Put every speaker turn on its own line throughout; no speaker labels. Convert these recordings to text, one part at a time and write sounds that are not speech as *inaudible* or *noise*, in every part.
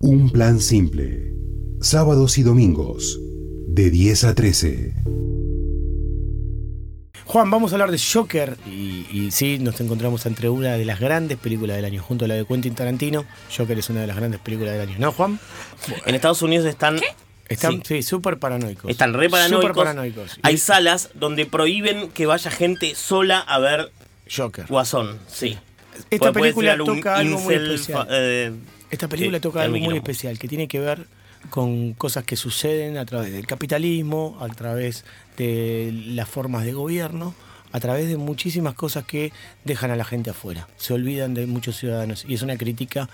Un plan simple. Sábados y domingos, de 10 a 13.
Juan, vamos a hablar de Joker. Y, y sí, nos encontramos entre una de las grandes películas del año, junto a la de Quentin Tarantino. Joker es una de las grandes películas del año, ¿no, Juan?
En Estados Unidos están.
Están
Sí.
sí, súper paranoicos.
Están re paranoicos.
Súper paranoicos.
Hay
Y-
salas donde prohíben que vaya gente sola a ver
Joker.
Guasón. Sí.
Esta
Puede- puede
película
ser algún
toca algo muy
incel,
especial.
fa- eh,
Esta película
eh,
toca algo
algún
muy
quilombo.
especial que tiene que ver con cosas que suceden a través del capitalismo, a través de las formas de gobierno, a través de muchísimas cosas que dejan a la gente afuera. Se olvidan de muchos ciudadanos y es una crítica,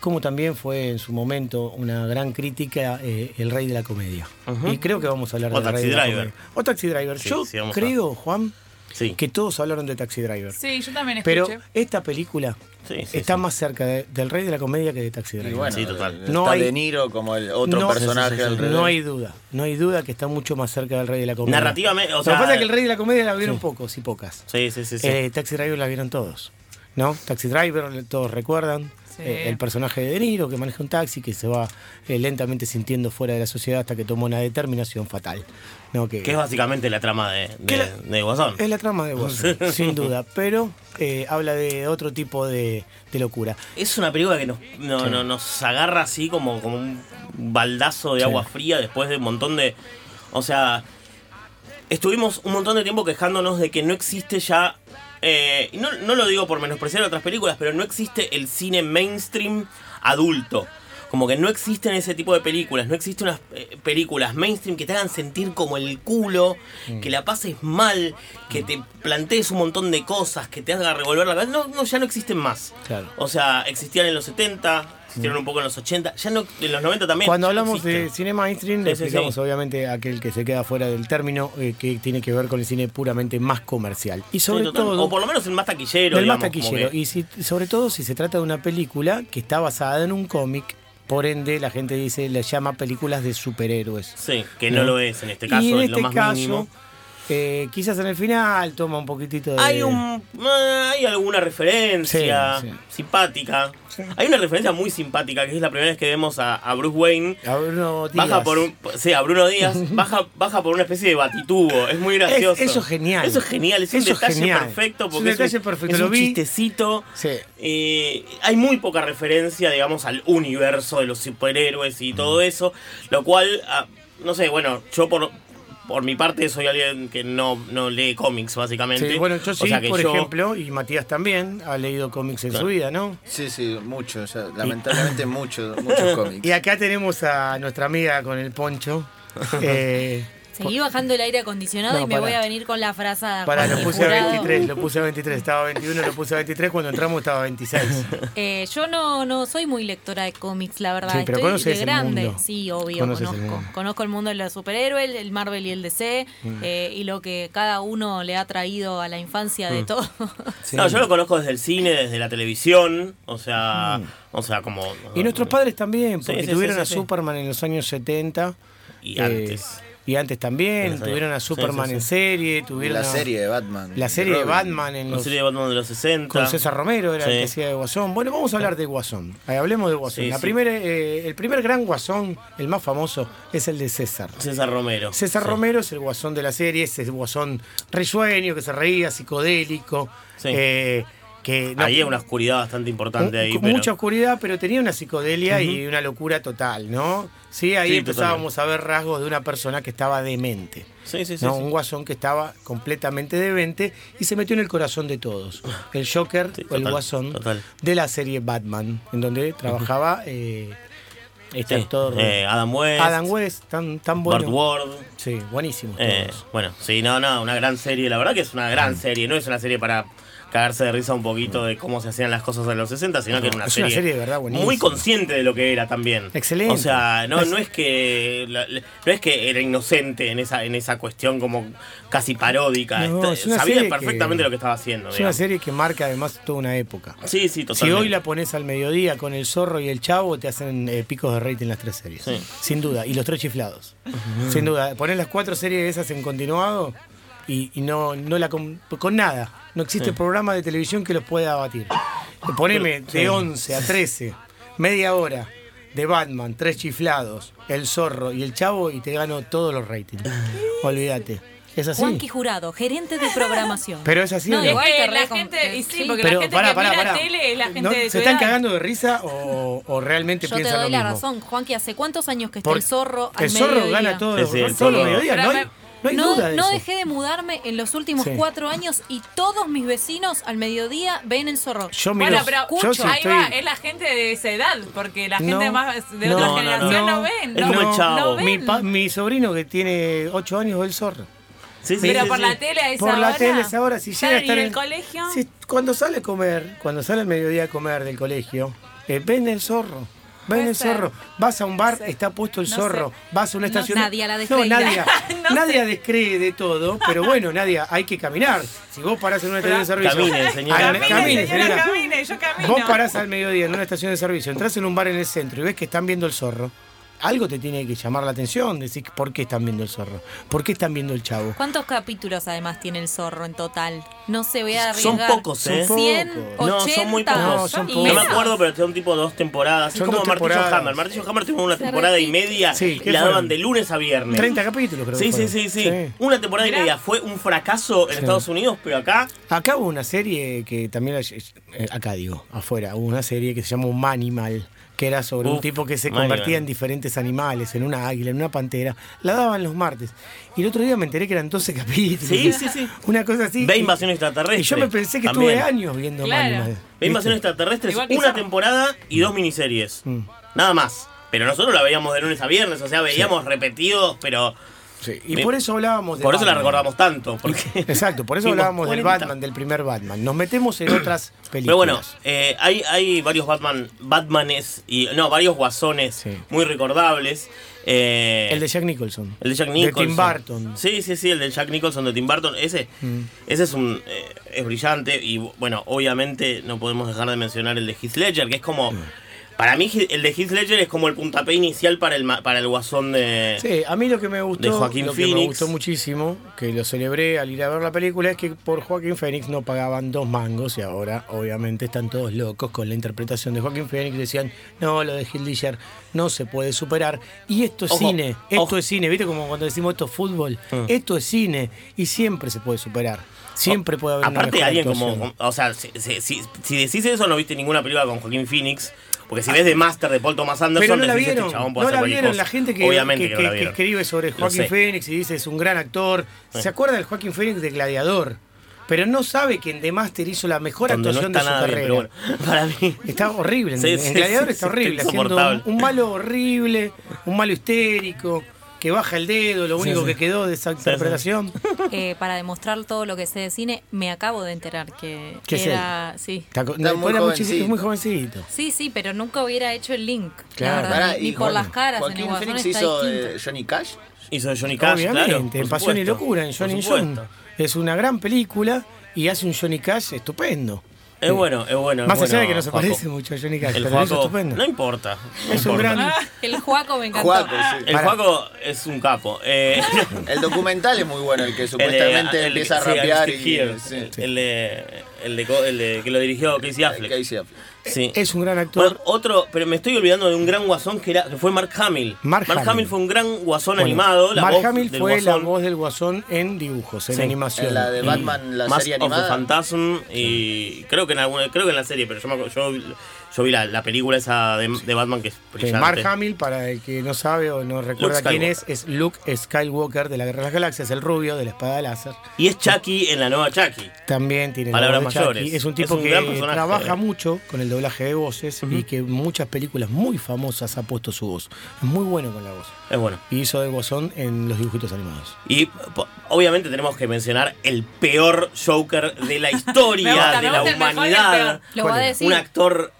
como también fue en su momento una gran crítica eh, El Rey de la Comedia.
Ujú.
Y creo que vamos a hablar
O
de
Taxi
Rey de la
Driver.
Comedia. O Taxi Driver.
Sí,
Yo
sí, vamos a-
creo, Juan,
Sí.
que todos hablaron de Taxi Driver.
Sí, yo también escuché.
Pero esta película
Sí, sí,
está
sí.
más cerca de- del Rey de la Comedia que de Taxi Driver.
Sí, total.
No
eh, está
hay-
De Niro como el otro
No,
personaje
sí, sí, sí, sí.
alrededor.
No hay duda, no hay duda que está mucho más cerca del Rey de la Comedia.
Narrativamente, o
Lo
sea-
que pasa es que el Rey de la Comedia la vieron pocos y pocas.
Sí, sí, sí. sí.
Eh, Taxi Driver la vieron todos, ¿no? Taxi Driver, todos recuerdan.
Sí.
eh, el personaje de De Niro que maneja un taxi que se va eh, lentamente sintiendo fuera de la sociedad hasta que toma una determinación fatal. ¿no? Que,
que es básicamente la trama de,
Que
de,
la- eh,
de Guasón.
es la trama de
*laughs*
Watson, sin duda, pero eh, habla de otro tipo de, de locura.
Es una película que nos, no- no- nos agarra así como, como un baldazo de
Sí.
agua fría después de un montón de. O sea, estuvimos un montón de tiempo quejándonos de que no existe ya. eh, y no, no lo digo por menospreciar otras películas, pero no existe el cine mainstream adulto. Como que no existen ese tipo de películas, no existen unas eh, películas mainstream que te hagan sentir como el culo,
Mm.
que la pases mal, que te plantees un montón de cosas, que te haga revolver la cabeza. No, no, ya no existen más.
Claro. Mm.
O sea, existían en los 70, existieron un poco en los 80, ya no, en los 90 también.
Cuando
ya no
hablamos de
existen.
cine mainstream, le
Sí, sí,
explicamos
sí.
obviamente a aquel que se queda fuera del término eh, que tiene que ver con el cine puramente más comercial. Y
Sí,
sobre
total.
todo.
O por lo menos el más taquillero.
del más
digamos, como
taquillero.
que-
Y si- sobre todo si se trata de una película que está basada en un cómic, por ende la gente dice, le llama películas de superhéroes.
Sí, que no,
¿no?
lo es en este caso,
y en
es
este
lo más
caso,
mínimo.
eh, quizás en el final toma un poquitito de.
Hay un eh, hay alguna referencia
Sí, sí.
simpática. Hay una referencia muy simpática, que es la primera vez que vemos a, a Bruce Wayne.
A Bruno
Baja
Díaz.
por un. Sí, a Bruno Díaz.
*laughs*
Baja, baja por una especie de batitubo. Es muy gracioso.
eso es genial.
Eso es genial. Es un
Eso es
detalle
genial.
perfecto.
Es
Porque
un detalle perfecto,
es
lo
un
vi.
chistecito.
Sí.
Eh, hay muy poca referencia, digamos, al universo de los superhéroes y todo eso, lo cual, ah, no sé, bueno, yo por, por mi parte soy alguien que no, no lee cómics, básicamente.
Sí, bueno, yo
O
sí,
sea que
por
yo-
ejemplo, y Matías también ha leído cómics en
Claro.
su vida, ¿no?
Sí, sí, mucho. o sea, lamentablemente
*laughs*
mucho, muchos cómics.
Y acá tenemos a nuestra amiga con el *laughs* poncho. Eh,
Seguí bajando el aire acondicionado
No,
y me
pará.
voy a venir con la frazada.
para,
Juan
lo
del
puse a
Jurado.
23, lo puse a 23, estaba a 21, lo puse a 23, cuando entramos estaba a 26.
Eh, yo no, no soy muy lectora de cómics, la verdad.
Sí, pero
Estoy
conoces
de
el
grande.
mundo.
Sí, obvio,
Conoces el
conozco.
mundo. Mm.
Conozco el mundo de los superhéroes, el- el Marvel y el DC, eh, y lo que cada uno le ha traído a la infancia
Mm.
de todo. *laughs*
No, yo lo conozco desde el cine, desde la televisión, o sea, o sea, como...
Mm. Y nuestros padres también,
Sí,
porque
sí, sí,
tuvieron
sí,
a
sí.
Superman en los años 70.
Y
eh,
antes.
y antes
En
también,
los años-
tuvieron a
sí, sí,
Superman
sí.
en serie, tuvieron
la
a-
serie de Batman.
la serie de
Robin.
Batman en
La
los,
serie de Batman de los 60.
Con César Romero era el
Sí.
que hacía de Guasón. Bueno, vamos a hablar de Guasón. Eh, hablemos de Guasón.
Sí,
La
sí.
primera, eh, el primer gran Guasón, el más famoso, es el de César.
César Romero.
César
Sí.
Romero es el guasón de la serie, es el guasón risueño, que se reía, psicodélico.
Sí.
eh, que no-
Ahí hay una oscuridad bastante importante ahí,
con
pero-
Mucha oscuridad, pero tenía una psicodelia y una locura total, ¿no? Sí, ahí
Sí,
empezábamos a ver rasgos de una persona que estaba demente.
Sí, sí, sí.
¿no?
sí.
Un guasón que estaba completamente demente y se metió en el corazón de
*laughs*
todos. El Joker,
Sí,
o el
total,
guasón,
total.
de la serie Batman, en donde trabajaba eh, este
Sí.
actor
Eh, Adam West,
Adam West, tan, tan bueno.
Burt Ward.
Sí, buenísimo.
Eh,
todos.
bueno, sí, no, no, una gran serie. La verdad que es una
Mm.
gran serie. No es una serie para cagarse de risa un poquito de cómo se hacían las cosas en los 60, sino que era una
Es
serie,
una serie de verdad buenísima.
muy consciente de lo que era también.
Excelente.
O sea, no,
Las-
no es que la- la- no es que era inocente en esa en esa cuestión como casi paródica.
No,
Está-
es una
sabía
serie
perfectamente
que-
lo que estaba haciendo.
es una
digamos.
serie que marca además toda una época.
Sí, sí,
Si
totalmente.
hoy la pones al mediodía con el zorro y el chavo, te hacen eh, picos de rating las tres series.
Sí.
Sin duda. Y los tres chiflados. Sin duda. Pones las cuatro series esas en continuado y, y no, no la con, con nada. No existe programa de televisión que los pueda abatir. Poneme de 11 a 13, media hora. de Batman, Tres Chiflados, El Zorro y El Chavo y te gano todos los ratings. Olvídate. Es así.
Juanqui Jurado, gerente Este de programación.
Pero es así.
No,
¿o
igual-
que
te
la
re-
gente, y sí,
sí.
porque
Pero
la gente
pará,
que
pará,
mira
pará.
tele es la gente
¿No?
de su
¿Se están
edad.
cagando de risa o, o realmente
*laughs* Yo te
piensan
doy
lo
la
mismo?
razón, Juanqui. ¿Hace cuántos años que está
Porque
el zorro al
El zorro
mediodía?
gana todos
Sí,
los
sí, el
todos los
zorro.
mediodías. No hay, no hay
No,
duda de
no
eso.
dejé de mudarme en los últimos
Sí.
cuatro años y todos mis vecinos al mediodía ven el zorro.
Yo miro,
Bueno, pero
yo
escucho,
sí
ahí
estoy-
va, es la gente de esa edad, porque la gente
No,
más de
no,
otra
no, no,
generación no,
no.
ven.
Es
No,
como el
no
chavo.
ven.
mi, pa- mi sobrino que tiene 8 años ve el zorro.
Sí, sí,
pero
sí,
por
sí.
la tele a esa
Por
hora.
la tele es ahora, si llega
Claro,
a
y
estar
en
en-
el colegio.
Sí, cuando sale a comer, cuando sale al mediodía a comer del colegio, eh, ven el zorro. Ven
Puede
el
ser.
zorro. Vas a un bar, está puesto el
No
zorro.
sé.
Vas a una
No,
estación.
Nadia la
No,
descreída.
Nadia.
*laughs* No
Nadia descree de todo, pero bueno, Nadia, hay que caminar. Si vos parás en una estación de servicio.
caminen, señora.
al-
Camine,
camine,
señora,
señora.
camine, yo camino.
Vos parás al mediodía en una estación de servicio, entras en un bar en el centro y ves que están viendo el zorro. Algo te tiene que llamar la atención, decir por qué están viendo el zorro, por qué están viendo el chavo.
¿Cuántos capítulos además tiene el zorro en total? No se voy a
Son
arriesgar.
pocos, ¿eh?
Son
100,
pocos.
No, son muy
80.
pocos.
No, son
Y-
pocos.
No me
Menos.
acuerdo, pero son tipo dos temporadas. Es
Son
como
dos
Martillo
temporadas.
Hammer. Martillo Hammer tuvo una
Se
temporada y
repite.
media
Sí,
y
¿qué
la daban
fueron?
de lunes a viernes.
30 capítulos creo que
Sí, sí,
fueron.
sí, sí, Una temporada y
Mirá.
media. Fue un fracaso en
Sí.
Estados Unidos, pero acá.
Acá hubo una serie que también, la- eh, acá digo, afuera, hubo una serie que se llama Un Animal, que era sobre
Uf,
un tipo que se
Manimal.
convertía en diferentes animales, en una águila, en una pantera. La daban los martes. Y el otro día me enteré que eran 12 capítulos.
Sí, sí, sí.
Una cosa así.
Ve
Y-
invasión extraterrestre.
Y yo me pensé que
También.
estuve años viendo
Claro.
Manimal.
Ve
¿viste?
Invasión extraterrestre es
Igual que
una
Zorro.
temporada y dos miniseries.
Mm.
Nada más. Pero nosotros la veíamos de lunes a viernes, o sea, veíamos repetidos, pero
Y
Me-
por eso hablábamos de
por eso la
Batman.
recordamos *laughs* tanto. Porque
Exacto, por eso
Vimos
hablábamos del
40.
Batman, del primer Batman. Nos metemos en otras películas.
Pero bueno, eh, hay, hay varios Batman, Batmanes y no, varios guasones
Sí.
muy recordables. Eh,
el de Jack Nicholson.
el de Jack Nicholson.
De Tim Burton. Mm.
Sí, sí, sí, el de Jack Nicholson de Tim Burton. Ese, ese es un eh, es brillante. Y bueno, obviamente no podemos dejar de mencionar el de Heath Ledger, que es como. Para mí, Heath- el de Heath Ledger es como el puntapié inicial para el, ma- para el guasón de.
Sí, a mí lo que me gustó,
de Joaquín
lo que me
Phoenix.
gustó muchísimo, que lo celebré al ir a ver la película, es que por Joaquín Phoenix no pagaban dos mangos y ahora obviamente están todos locos con la interpretación de Joaquín Phoenix. Decían, no, lo de Heath Ledger no se puede superar. Y esto es
Ojo,
cine, esto
ojo. Ah.
es cine, ¿viste? Como cuando decimos esto es fútbol, esto es cine y siempre se puede superar. Siempre puede haber una
Aparte,
mejor
alguien
actuación.
como. O sea, si, si- si- si decís eso, no viste ninguna película con Joaquín Phoenix. Porque si ves The Master de Paul Thomas Anderson,
Ah. Pero no la
decís, este
vieron,
chabón puede
no
hacer
la
cualquier
vieron
cosa.
la gente que,
Obviamente
que-
que no la
que- que
vieron.
escribe sobre
Lo
Joaquín
sé.
Phoenix y dice es un gran actor. ¿Se acuerda del Joaquín Phoenix de Gladiador? Pero no sabe que en The Master hizo la mejor
Donde no
actuación
está
de su
nada bien,
carrera.
pero bueno, *laughs* para mí.
Está horrible, en-
Sí,
en
sí,
Gladiador
sí,
está
sí,
horrible,
está
haciendo
insoportable.
un, un malo horrible, un malo histérico, que baja el dedo, lo único que quedó de esa interpretación.
*laughs*
Eh, para demostrar todo lo que sé de cine, me acabo de enterar que
¿Qué es
era. Sí.
Está co-
Está
no,
muy
era
jovencito.
muchísimo- es muy jovencito.
sí, sí, pero nunca hubiera hecho el link.
Claro.
la verdad,
Pará,
ni- ni
y
por
Joaquín-
las caras. en el
Joaquín
Guasón
Phoenix
está
hizo
distinto.
eh, Johnny Cash.
Hizo de Johnny Cash, claro.
Obviamente,
por
en Pasión y
supuesto.
Locura, en Johnny
Por
John.
supuesto.
Es una gran película y hace un Johnny Cash estupendo.
Es bueno, es bueno. es
Más allá
bueno,
de que no se
Joaco.
parece mucho a Johnny Cash,
El
pero lo hizo
Joaco,
estupendo.
no importa. no
es un
importa.
Ah,
gran.
El Juaco me encantó.
Juaco, sí.
El
Pará.
Juaco es un capo. Eh,
El documental es muy bueno, el que
el de-
*laughs*
*laughs*
supuestamente
el-
empieza a
sí,
rapear
Alistair Hear.
y. sí.
El de- el de co- el de- que lo dirigió Casey Affleck.
Casey Affleck.
Sí.
Es un gran actor.
Bueno, otro, pero me estoy olvidando de un gran guasón que, era, que fue Mark Hamill.
Mark
Hamill.
Hamill
fue un gran guasón
Bueno,
animado. La
Mark
voz
Hamill
del
fue la
guasón.
voz del guasón en dibujos, en
Sí.
animación.
En la de Batman, la
Mask
serie
of the
animada.
Phantasm y creo que en alguna, creo que en la serie, pero yo me acuerdo- yo, yo vi la, la película esa de, de Batman que es
Que
brillante.
Este, Mark Hamill, para el que no sabe o no recuerda
Luke
quién es, es Luke Skywalker de la Guerra de las Galaxias, el rubio de la espada de láser.
Y es Chucky en la nueva Chucky.
También tiene la
Palabras
voz de Chucky.
mayores.
Es un tipo
Es un
que
gran personaje.
trabaja mucho con el doblaje de voces y que en muchas películas muy famosas ha puesto su voz. Es muy bueno con la voz.
Es bueno.
Y hizo de guasón en los dibujitos animados.
Y po- obviamente tenemos que mencionar el peor Joker de
*laughs*
la historia,
Me gusta,
de
me
la
gusta el mejor y el
humanidad.
peor.
Lo va a
¿Cuál era?
decir.
Un actor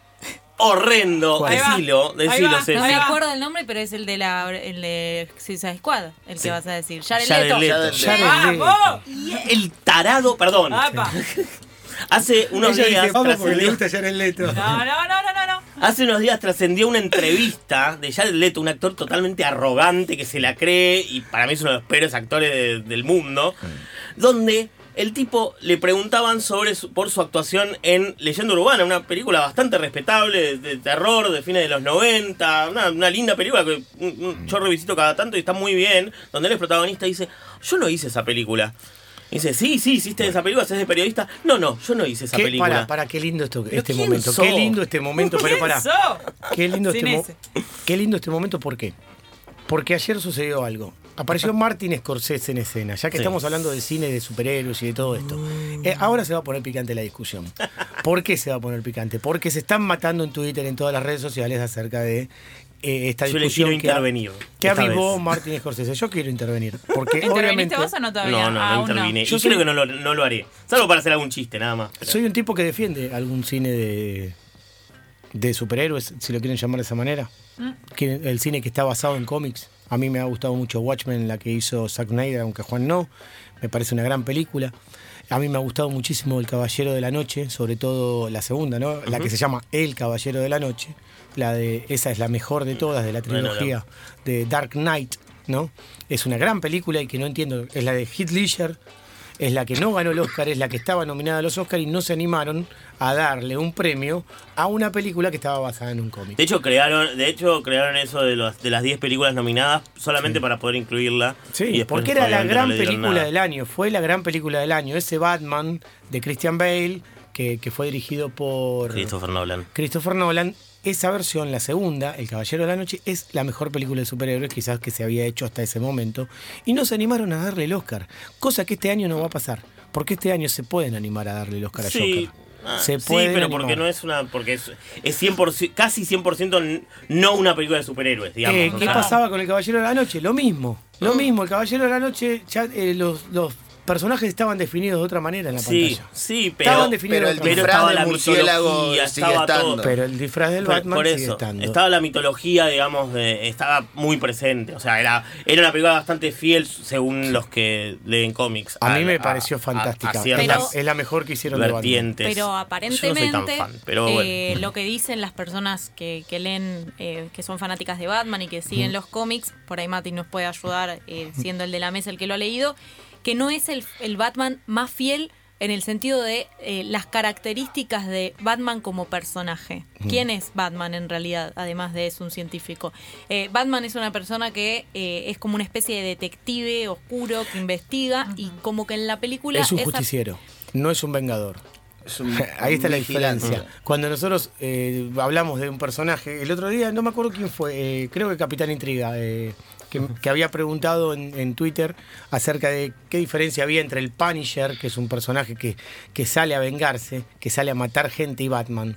horrendo.
¿Cuál? Ahí
va,
Decilo,
ahí
decilo,
va,
Ceci.
No me
Ahí va.
acuerdo el nombre, pero es el de la el de Suicide Squad, el que vas a decir. Jared
Jared
Leto.
Leto.
Jared
Jared Leto.
¡Vamos!
Y el tarado, perdón.
Ah, ¡Apa!
Hace unos
Ah, Ella dice,
días
"Vamos, porque le
trascendió-
gusta Jared Leto.
No, no, no, no, no, no.
Hace unos días trascendió una entrevista de Jared Leto, un actor totalmente arrogante que se la cree y para mí es uno de los peores actores de- del mundo, donde el tipo le preguntaban sobre su- por su actuación en Leyenda Urbana, una película bastante respetable de, de terror de fines de los 90, una, una linda película que mm, mm, yo revisito cada tanto y está muy bien, donde él es protagonista y dice, yo no hice esa película. Y dice, sí, sí, hiciste esa película, haces de periodista. No, no, yo no hice esa
Qué-
película.
para, para, qué lindo esto,
Pero
este
¿quién
momento.
sos?
Qué lindo este momento, pero pará.
Eso.
Qué lindo,
Sin
este mo-
ese.
qué lindo este momento, ¿por qué? Porque ayer sucedió algo. Apareció Martin Scorsese en escena, ya que
Sí.
estamos hablando de cine, de superhéroes y de todo esto.
Mm.
Eh, ahora se va a poner picante la discusión. ¿Por qué se va a poner picante? Porque se están matando en Twitter, en todas las redes sociales acerca de eh, esta
Yo le
discusión.
quiero
que ha-
intervenir
Que
esta
avivó
vez.
Martin Scorsese. Yo quiero intervenir. Porque obviamente,
¿Interveniste vos o no todavía?
No, no,
Ah,
no
aún
intervine.
Yo
Yo
soy-
creo que no lo, no lo haré. Salvo para hacer algún chiste, nada más.
Soy un tipo que defiende algún cine de, de superhéroes, si lo quieren llamar de esa manera. Que- El cine que está basado en cómics. A mí me ha gustado mucho Watchmen, la que hizo Zack Snyder, aunque Juan no. Me parece una gran película. A mí me ha gustado muchísimo El Caballero de la Noche, sobre todo la segunda, ¿no? La que se llama El Caballero de la Noche. La de, esa es la mejor de todas, de la
Bueno, la-
trilogía de Dark Knight, ¿no? Es una gran película y que no entiendo. Es la de Heath Ledger, es la que no ganó el Oscar, es la que estaba nominada a los Oscars y no se animaron a darle un premio a una película que estaba basada en un cómic.
De hecho, crearon, de hecho, crearon eso de, los, de las 10 películas nominadas solamente para poder incluirla.
Sí,
Y después,
porque era la
obviamente,
gran
no le dieron
película
nada.
del año, fue la gran película del año, ese Batman de Christian Bale, que, que fue dirigido por
Christopher Nolan.
Christopher Nolan, esa versión, la segunda, El Caballero de la Noche, es la mejor película de superhéroes quizás que se había hecho hasta ese momento, y no se animaron a darle el Oscar, cosa que este año no va a pasar, porque este año se pueden animar a darle el Oscar
Sí.
a Joker.
ah,
se
sí,
pueden
pero
animar.
porque no es una. Porque es, es 100%, casi 100% n- no una película de superhéroes, digamos.
Eh,
o
¿Qué
sea, Mm.
pasaba con el Caballero de la Noche? Lo mismo, lo mismo. El Caballero de la Noche, ya eh, los, los personajes estaban definidos de otra manera en la
Sí,
pantalla.
sí,
Estaban
pero.
definidos
Pero el
Pero
disfraz
estaba la
de murciélago
mitología,
sigue
estaba
estando.
todo.
Pero el disfraz del
Por-
Batman
por
sigue
eso,
estando.
estaba la mitología, digamos, de- estaba muy presente. O sea, era, era una película bastante fiel según los que leen cómics.
A mí me
a-
pareció
a-
fantástica.
a
es, la,
ciertas-
Pero-
es la mejor que hicieron de Batman.
vertientes.
Pero aparentemente,
Yo no soy tan fan, pero bueno.
eh, lo que dicen las personas que, que leen, eh, que son fanáticas de Batman y que siguen los cómics, por ahí Mati nos puede ayudar, eh, siendo el de la mesa el que lo ha leído, que no es el, el Batman más fiel en el sentido de eh, las características de Batman como personaje. ¿Quién es Batman en realidad, además de es un científico? Eh, Batman es una persona que eh, es como una especie de detective oscuro que investiga y como que en la película...
Es un
esa-
justiciero, no es un vengador.
*laughs*
Es un-
Ahí está
un
la
vigilante.
diferencia.
Ah.
Cuando nosotros eh, hablamos de un personaje, el otro día, no me acuerdo quién fue, eh, creo que Capitán Intriga, eh, que, que había preguntado en, en Twitter acerca de qué diferencia había entre el Punisher, que es un personaje que, que sale a vengarse, que sale a matar gente, y Batman.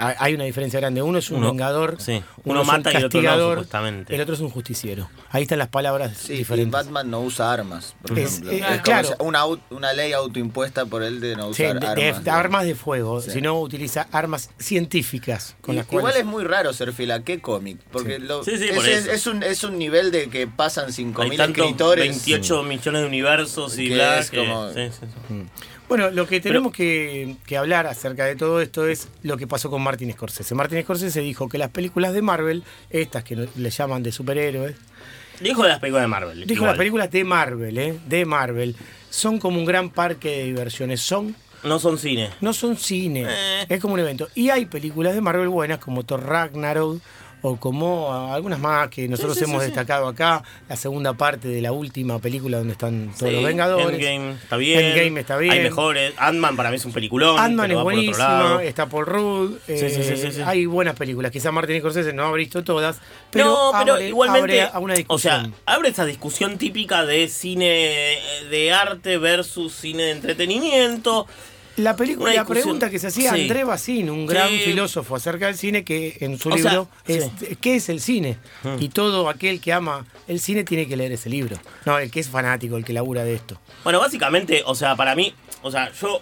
Ha- Hay una diferencia grande. Uno es un
Uno-
vengador,
sí.
uno,
Uno
es un
mata y el otro no,
castigador,
supuestamente.
el otro es un justiciero. Ahí están las palabras
Sí, y
diferentes.
Batman no usa armas, por
Es-
ejemplo.
eh,
como
claro.
sea, una, au- una ley autoimpuesta por él de no
Sí, de-
usar
de-
armas.
armas, de,
digamos.
fuego,
Sí.
si no utiliza armas científicas con las
Igual
cuales
es muy raro ser filaqué cómic, porque lo-
Sí, sí,
es,
por
es-
eso.
es un, es un nivel de que pasan
Hay
5.000
tantos
escritores.
28 millones de universos y
Que
bla,
es
que-
como-
sí, sí, sí.
Bueno, lo que tenemos que, que hablar acerca de todo esto es lo que pasó con Martin Scorsese. Martin Scorsese dijo que las películas de Marvel, estas que no- le llaman de superhéroes,
Dijo de las películas de Marvel.
dijo
igual.
las películas de Marvel, ¿eh? De Marvel, son como un gran parque de diversiones, son
No son cine.
no son cine,
Eh.
es como un evento. Y hay películas de Marvel buenas como Thor Ragnarok o como ah, algunas más que nosotros
sí,
hemos
sí, sí.
destacado acá, la segunda parte de la última película donde están todos
Sí,
los Vengadores.
Endgame está bien.
Endgame está bien.
Hay mejores. Ant-Man para mí es un peliculón.
Ant-Man
pero
es
va por otro
buenísimo,
lado.
está Paul Rudd, eh,
sí, sí, sí, sí.
hay buenas películas. Quizá Martin Scorsese no ha visto todas, pero, abre- abre a una
o sea,
discusión.
abre esa discusión típica de cine eh, de arte versus cine de entretenimiento.
la película,
una
la
discusión-
pregunta que se hacía
sí.
André Basín, un gran
Sí.
filósofo acerca del cine, que en su
O sea,
libro
sí. Ah.
es ¿qué es el cine? Y todo aquel que ama el cine tiene que leer ese libro. No, el que es fanático, el que labura de esto.
Bueno, básicamente, o sea, para mí, o sea, yo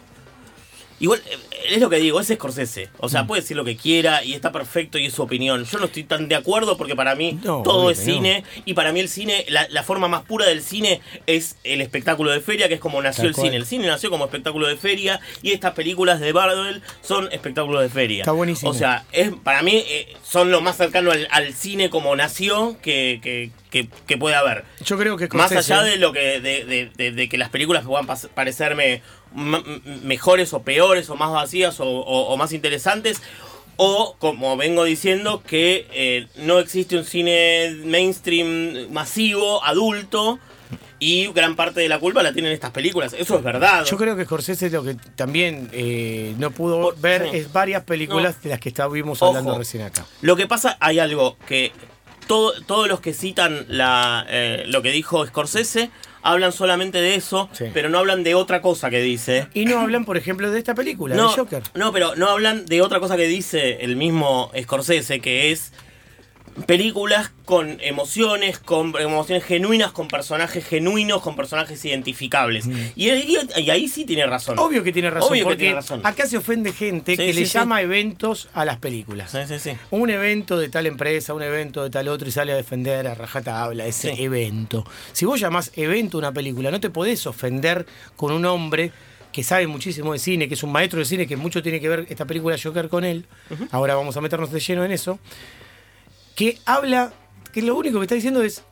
Igual, eh, es lo que digo, es Scorsese. O
Mm.
sea, puede decir lo que quiera y está perfecto y es su opinión. Yo no estoy tan de acuerdo porque para mí
No,
todo
obvio
es
que no.
cine y para mí el cine, la, la forma más pura del cine es el espectáculo de feria, que es como nació
Tal
el
cual.
cine. El cine nació como espectáculo de feria y estas películas de Bardwell son espectáculos de feria.
Está buenísimo.
O sea, es, para mí eh, son lo más cercano al, al cine como nació que, que, que- que puede haber.
Yo creo que
Más
Scorsese-
allá de lo que de, de- de- de que las películas puedan pas- parecerme ma- m- mejores o peores o más vacías o, o- o más interesantes o como vengo diciendo que eh, no existe un cine mainstream masivo adulto y gran parte de la culpa la tienen estas películas eso es verdad
Yo creo que Scorsese lo que también eh, no pudo
Por-
ver
sí.
es varias películas de las que estábamos
Ojo.
hablando recién acá.
Lo que pasa, hay algo que todo- todos los que citan la, eh, lo que dijo Scorsese hablan solamente de eso,
Sí.
pero no hablan de otra cosa que dice.
Y no hablan, por ejemplo, de esta película,
no,
de Joker.
no, pero no hablan de otra cosa que dice el mismo Scorsese, que es películas con emociones, con emociones genuinas, con personajes genuinos, con personajes identificables. Y, ahí- y ahí sí tiene razón.
Mm. Obvio que tiene razón,
Obvio que
porque
tiene razón.
acá se ofende gente
Sí,
que
sí,
le
sí.
llama eventos a las películas.
Sí, sí, sí.
Un evento de tal empresa, un evento de tal otro, y sale a defender a rajata habla ese
Sí.
evento. Si vos llamás evento a una película, no te podés ofender con un hombre que sabe muchísimo de cine, que es un maestro de cine, que mucho tiene que ver esta película Joker con él. Ahora vamos a meternos de lleno en eso. Que habla, que lo único que está diciendo es,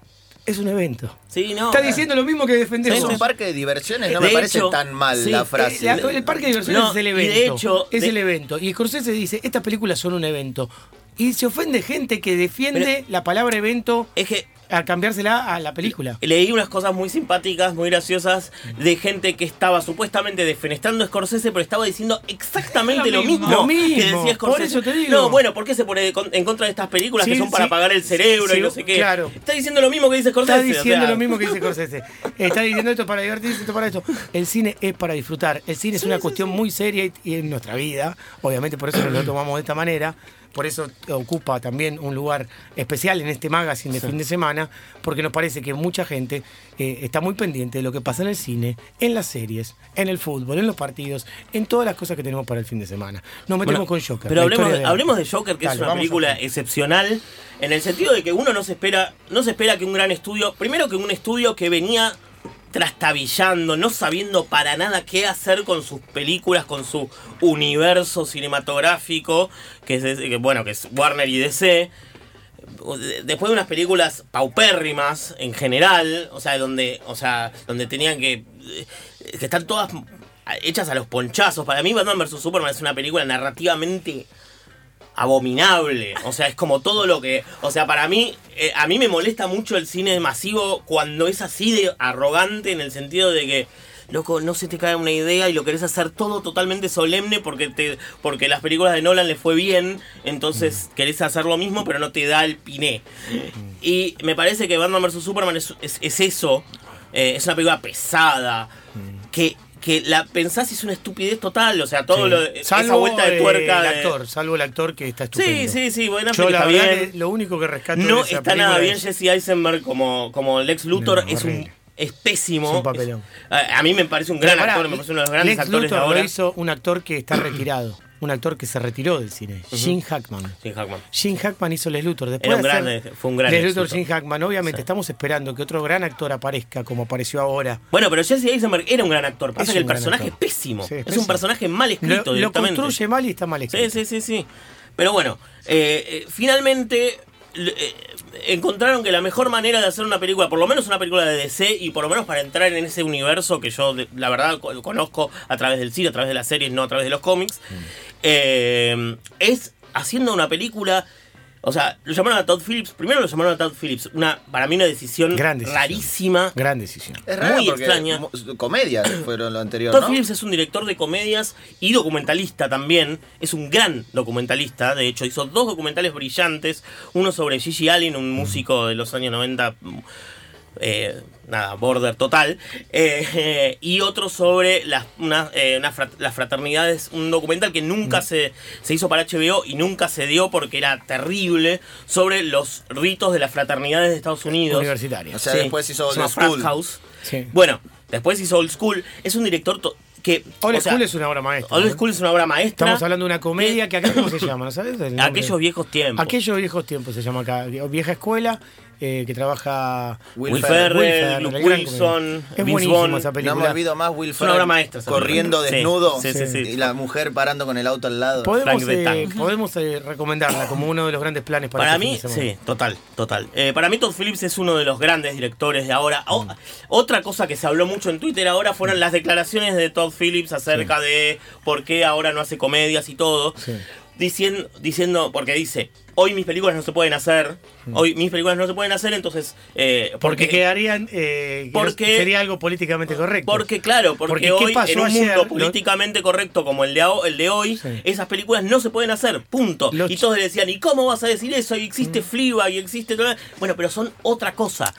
es un evento.
Sí, no. eh.
está diciendo lo mismo que defendés
Es
vos.
un parque de diversiones, no
De
me parece
hecho,
tan mal
sí,
la
eh,
frase.
La- el parque de diversiones
No,
es el
y
evento.
de hecho,
es
de-
el evento. Y Scorsese dice, estas películas son un evento. Y se ofende gente que defiende
Pero-
la palabra evento
Es que
a cambiársela a la película.
Leí unas cosas muy simpáticas, muy graciosas, de gente que estaba supuestamente defenestrando a Scorsese, pero estaba diciendo exactamente lo
Lo
mismo,
mismo.
Lo mismo,
que decía Scorsese.
por eso te digo.
No, bueno, ¿por qué se pone con- en contra de estas películas que
Sí,
son para
sí,
pagar el cerebro
sí,
y no sé qué?
claro.
Está diciendo lo mismo que dice Scorsese.
Está
o sea,
diciendo lo mismo que dice Scorsese. Está diciendo esto para divertirse, esto para esto. El cine es para disfrutar. El cine es una cuestión muy seria y, y en nuestra vida. Obviamente por eso nos
*clears throat*
lo tomamos de esta manera. Por eso ocupa también un lugar especial en este magazine de fin de semana, porque nos parece que mucha gente eh, está muy pendiente de lo que pasa en el cine, en las series, en el fútbol, en los partidos, en todas las cosas que tenemos para el fin de semana. Nos metemos
Bueno,
con Joker.
Pero
la
hablemos,
historia de-
hablemos de Joker, que
Dale,
es una
vamos a
película
Joker.
excepcional en el sentido de que uno no se espera, no se espera que un gran estudio, primero que un estudio que venía trastabillando, no sabiendo para nada qué hacer con sus películas, con su universo cinematográfico, que es, que, bueno, que es Warner y DC de- después de unas películas paupérrimas en general, o sea, donde, o sea, donde tenían que, eh, que estar todas hechas a los ponchazos. Para mí Batman vs Superman es una película narrativamente abominable. O sea, es como todo lo que, o sea, para mí eh, a mí me molesta mucho el cine masivo cuando es así de arrogante en el sentido de que Loco, no se te cae una idea y lo querés hacer todo totalmente solemne porque te porque las películas de Nolan le fue bien, entonces querés hacer lo mismo pero no te da el piné. Y me parece que Batman vs. Superman es, es- es eso, eh, es una película pesada, que, que la pensás y es una estupidez total, o sea, todo
Sí.
lo, esa
Salvo,
vuelta de
eh,
tuerca
el
de-
actor, salvo el actor que está
Sí,
estupendo.
sí, sí, bueno,
Yo la
está
verdad
bien.
que lo único que rescato de
No
esa
está nada
película
bien
es-
Jesse Eisenberg como, como Lex Luthor,
No,
es un
horrible.
es pésimo.
Es un papelón.
Es- a, a mí me parece un gran
Pero pará,
actor, me parece uno de los grandes
Lex
actores
Luthor
de ahora.
lo hizo un actor que está retirado, un actor que se retiró del cine, Jim Hackman.
Sí, Hackman.
Jim Hackman hizo Les Luthor. Después
Era un
de
gran-
hacer
fue un gran
Les
Lex
Luthor,
Luthor.
Jim Hackman. Obviamente,
Sí.
estamos esperando que otro gran actor aparezca como apareció ahora.
Bueno, pero Jesse Eisenberg era un gran actor. Pasa
Es
que el
un gran
personaje es
actor.
pésimo.
Sí, es
es un
pésimo.
personaje mal
Lo,
escrito
lo
directamente.
construye mal y está mal escrito.
Sí, sí, sí, sí. Pero bueno, eh, eh, finalmente l- eh, encontraron que la mejor manera de hacer una película, por lo menos una película de DC, y por lo menos para entrar en ese universo que yo de- la verdad co- conozco a través del cine, a través de las series, no a través de los cómics,
Mm.
eh, es haciendo una película... O sea, lo llamaron a Todd Phillips, primero lo llamaron a Todd Phillips, una, para mí una decisión,
Gran decisión.
rarísima.
Gran decisión.
es raro
muy
porque
extraña.
mu- comedias fueron lo anterior,
Todd
¿no?
Phillips es un director de comedias y documentalista también. Es un gran documentalista. De hecho, hizo dos documentales brillantes. Uno sobre Gigi Allen, un músico de los años 90. mm, eh, nada, border total. Eh, eh, *laughs* y otro sobre las, una- eh, una frat- las fraternidades. Un documental que nunca se, se hizo para HBO y nunca se dio porque era terrible. Sobre los ritos de las fraternidades de Estados Unidos.
Universitario.
O sea, después hizo
Se llama
Old School.
Frat House.
Sí.
Bueno, después hizo Old School. Es un director to- que.
Old
o sea,
School es una obra maestra.
Old
¿no?
School es una obra maestra.
Estamos hablando de una comedia que acá, ¿cómo se llama? ¿No sabes? el nombre?
Aquellos viejos tiempos.
Aquellos viejos tiempos se llama acá. Vieja escuela eh, que trabaja.
Will
Will
Ferrell,
Ferrell,
Luke
la gran
Wilson,
comedia. Es
Vince
buenísima
Vaughn.
esa
No me
película.
olvido más Will
Es una
Ferrell
obra maestra, esa
corriendo
película. Sí,
desnudo
sí,
sí, sí.
y la mujer parando con el auto al lado.
Podemos,
Frank the
eh,
Tank.
podemos eh, recomendarla como uno de los grandes planes para,
Para,
este
mí,
fin de semana.
sí, total, total. Eh, para mí Todd Phillips es uno de los grandes directores de ahora.
Mm.
O- Otra cosa que se habló mucho en Twitter ahora fueron las declaraciones de Todd Phillips acerca de por qué ahora no hace comedias y todo.
Sí.
Diciendo, diciendo, porque dice, hoy mis películas no se pueden hacer, hoy mis películas no se pueden hacer, entonces... eh,
Mm. Porque quedarían. eh, que
Porque-
no- sería algo políticamente correcto.
Porque claro,
Porque,
porque,
¿qué
hoy
pasó
en un
ayer?
mundo
Lo-
políticamente correcto como el de, aho- el de hoy,
Sí.
esas películas no se pueden hacer, punto.
Los Mm.
y
ch-
todos le decían, ¿y cómo vas a decir eso? Y existe Fliba y existe... todo- Bueno, pero son otra cosa.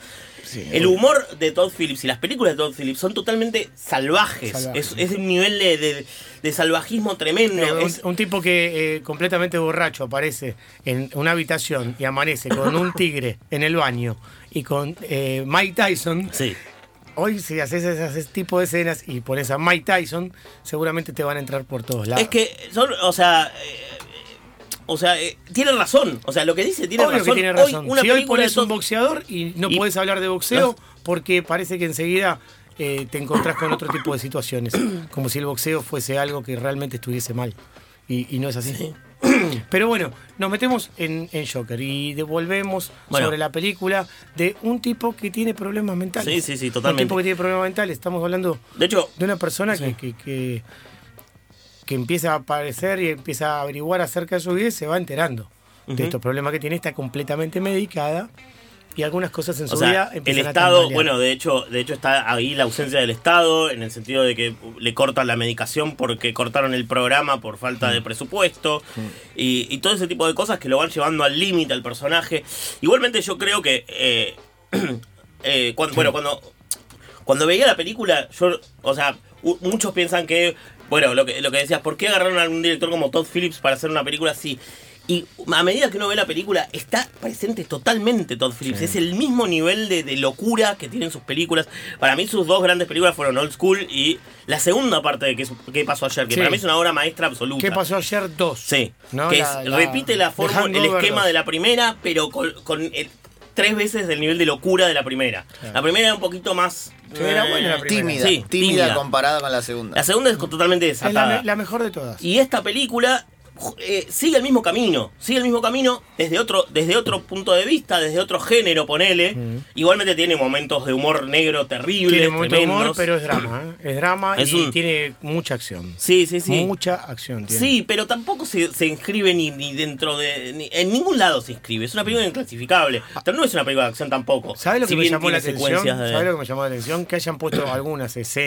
el humor de Todd Phillips y las películas de Todd Phillips son totalmente salvajes.
Salvajes.
Es, es un nivel de, de- de salvajismo tremendo.
Eh, un,
Es-
un tipo que eh, completamente borracho aparece en una habitación y amanece con
*laughs*
un tigre en el baño y con eh, Mike Tyson.
Sí.
Hoy si haces ese tipo de escenas y pones a Mike Tyson, seguramente te van a entrar por todos lados.
Es que son, o sea... eh, o sea, eh, tienen razón. O sea, lo que dice tiene
Obvio
razón.
que tiene razón.
Hoy, una
si hoy
película de
pones un
Todd-
boxeador y no
Y-
puedes hablar de boxeo porque parece que enseguida eh, te encontrás con otro tipo de
*coughs*
situaciones. como si el boxeo fuese algo que realmente estuviese mal. Y, y no es así. *coughs* Pero bueno, nos metemos en, en Joker y devolvemos
Bueno.
sobre la película de un tipo que tiene problemas mentales.
Sí, sí, sí, totalmente.
Un tipo que tiene problemas mentales. Estamos hablando
De hecho,
de una persona que, que, que- que empieza a aparecer y empieza a averiguar acerca de su vida y se va enterando de estos problemas que tiene, está completamente medicada y algunas cosas en su
O sea,
vida
el
empiezan a
Estado,
tambalear.
bueno, de hecho, de hecho está ahí la ausencia del Estado, en el sentido de que le cortan la medicación porque cortaron el programa por falta
Mm.
de presupuesto y, y todo ese tipo de cosas que lo van llevando al límite al personaje. Igualmente yo creo que, eh, *clears throat* eh, cuan- bueno, cuando, cuando veía la película, yo, o sea, u- muchos piensan que, bueno, lo que, lo que decías, ¿por qué agarraron a un director como Todd Phillips para hacer una película así? Y a medida que uno ve la película, está presente totalmente Todd Phillips. Es el mismo nivel de, de locura que tienen sus películas. Para mí, sus dos grandes películas fueron Old School y la segunda parte de ¿Qué, su- qué pasó ayer? Que
Sí.
para mí es una obra maestra absoluta.
¿Qué pasó ayer? Dos.
Sí.
¿no?
que
La-
es-
la-
repite la
The
forma, el
Hangover
esquema
dos.
de la primera, pero con, con, eh, tres veces del nivel de locura de la primera. La primera era un poquito más.
Sí, era buena la primera.
Tímida,
Sí,
tímida,
tímida.
comparada con la segunda.
La segunda es totalmente
Es la,
desatada.
me- la mejor de todas.
Y esta película ju- eh, sigue el mismo camino, sigue el mismo camino desde otro, desde otro punto de vista, desde otro género, ponele. Igualmente tiene momentos de humor negro terribles,
Mm. tiene mucho humor,
tremendos.
pero es drama. ¿eh? Es drama
Es
y
un-
tiene mucha acción.
Sí, sí, sí.
Mucha acción tiene.
Sí, pero tampoco se, se inscribe ni, ni dentro de... ni- en ningún lado se inscribe. Es una película inclasificable. Pero no es una película de acción tampoco.
Mm. ¿Sabes lo que
Si
me
bien
llamó la
tiene
atención?
secuencias de- *clears throat*
¿Sabes lo que me llamó la atención? Que hayan puesto algunas escenas.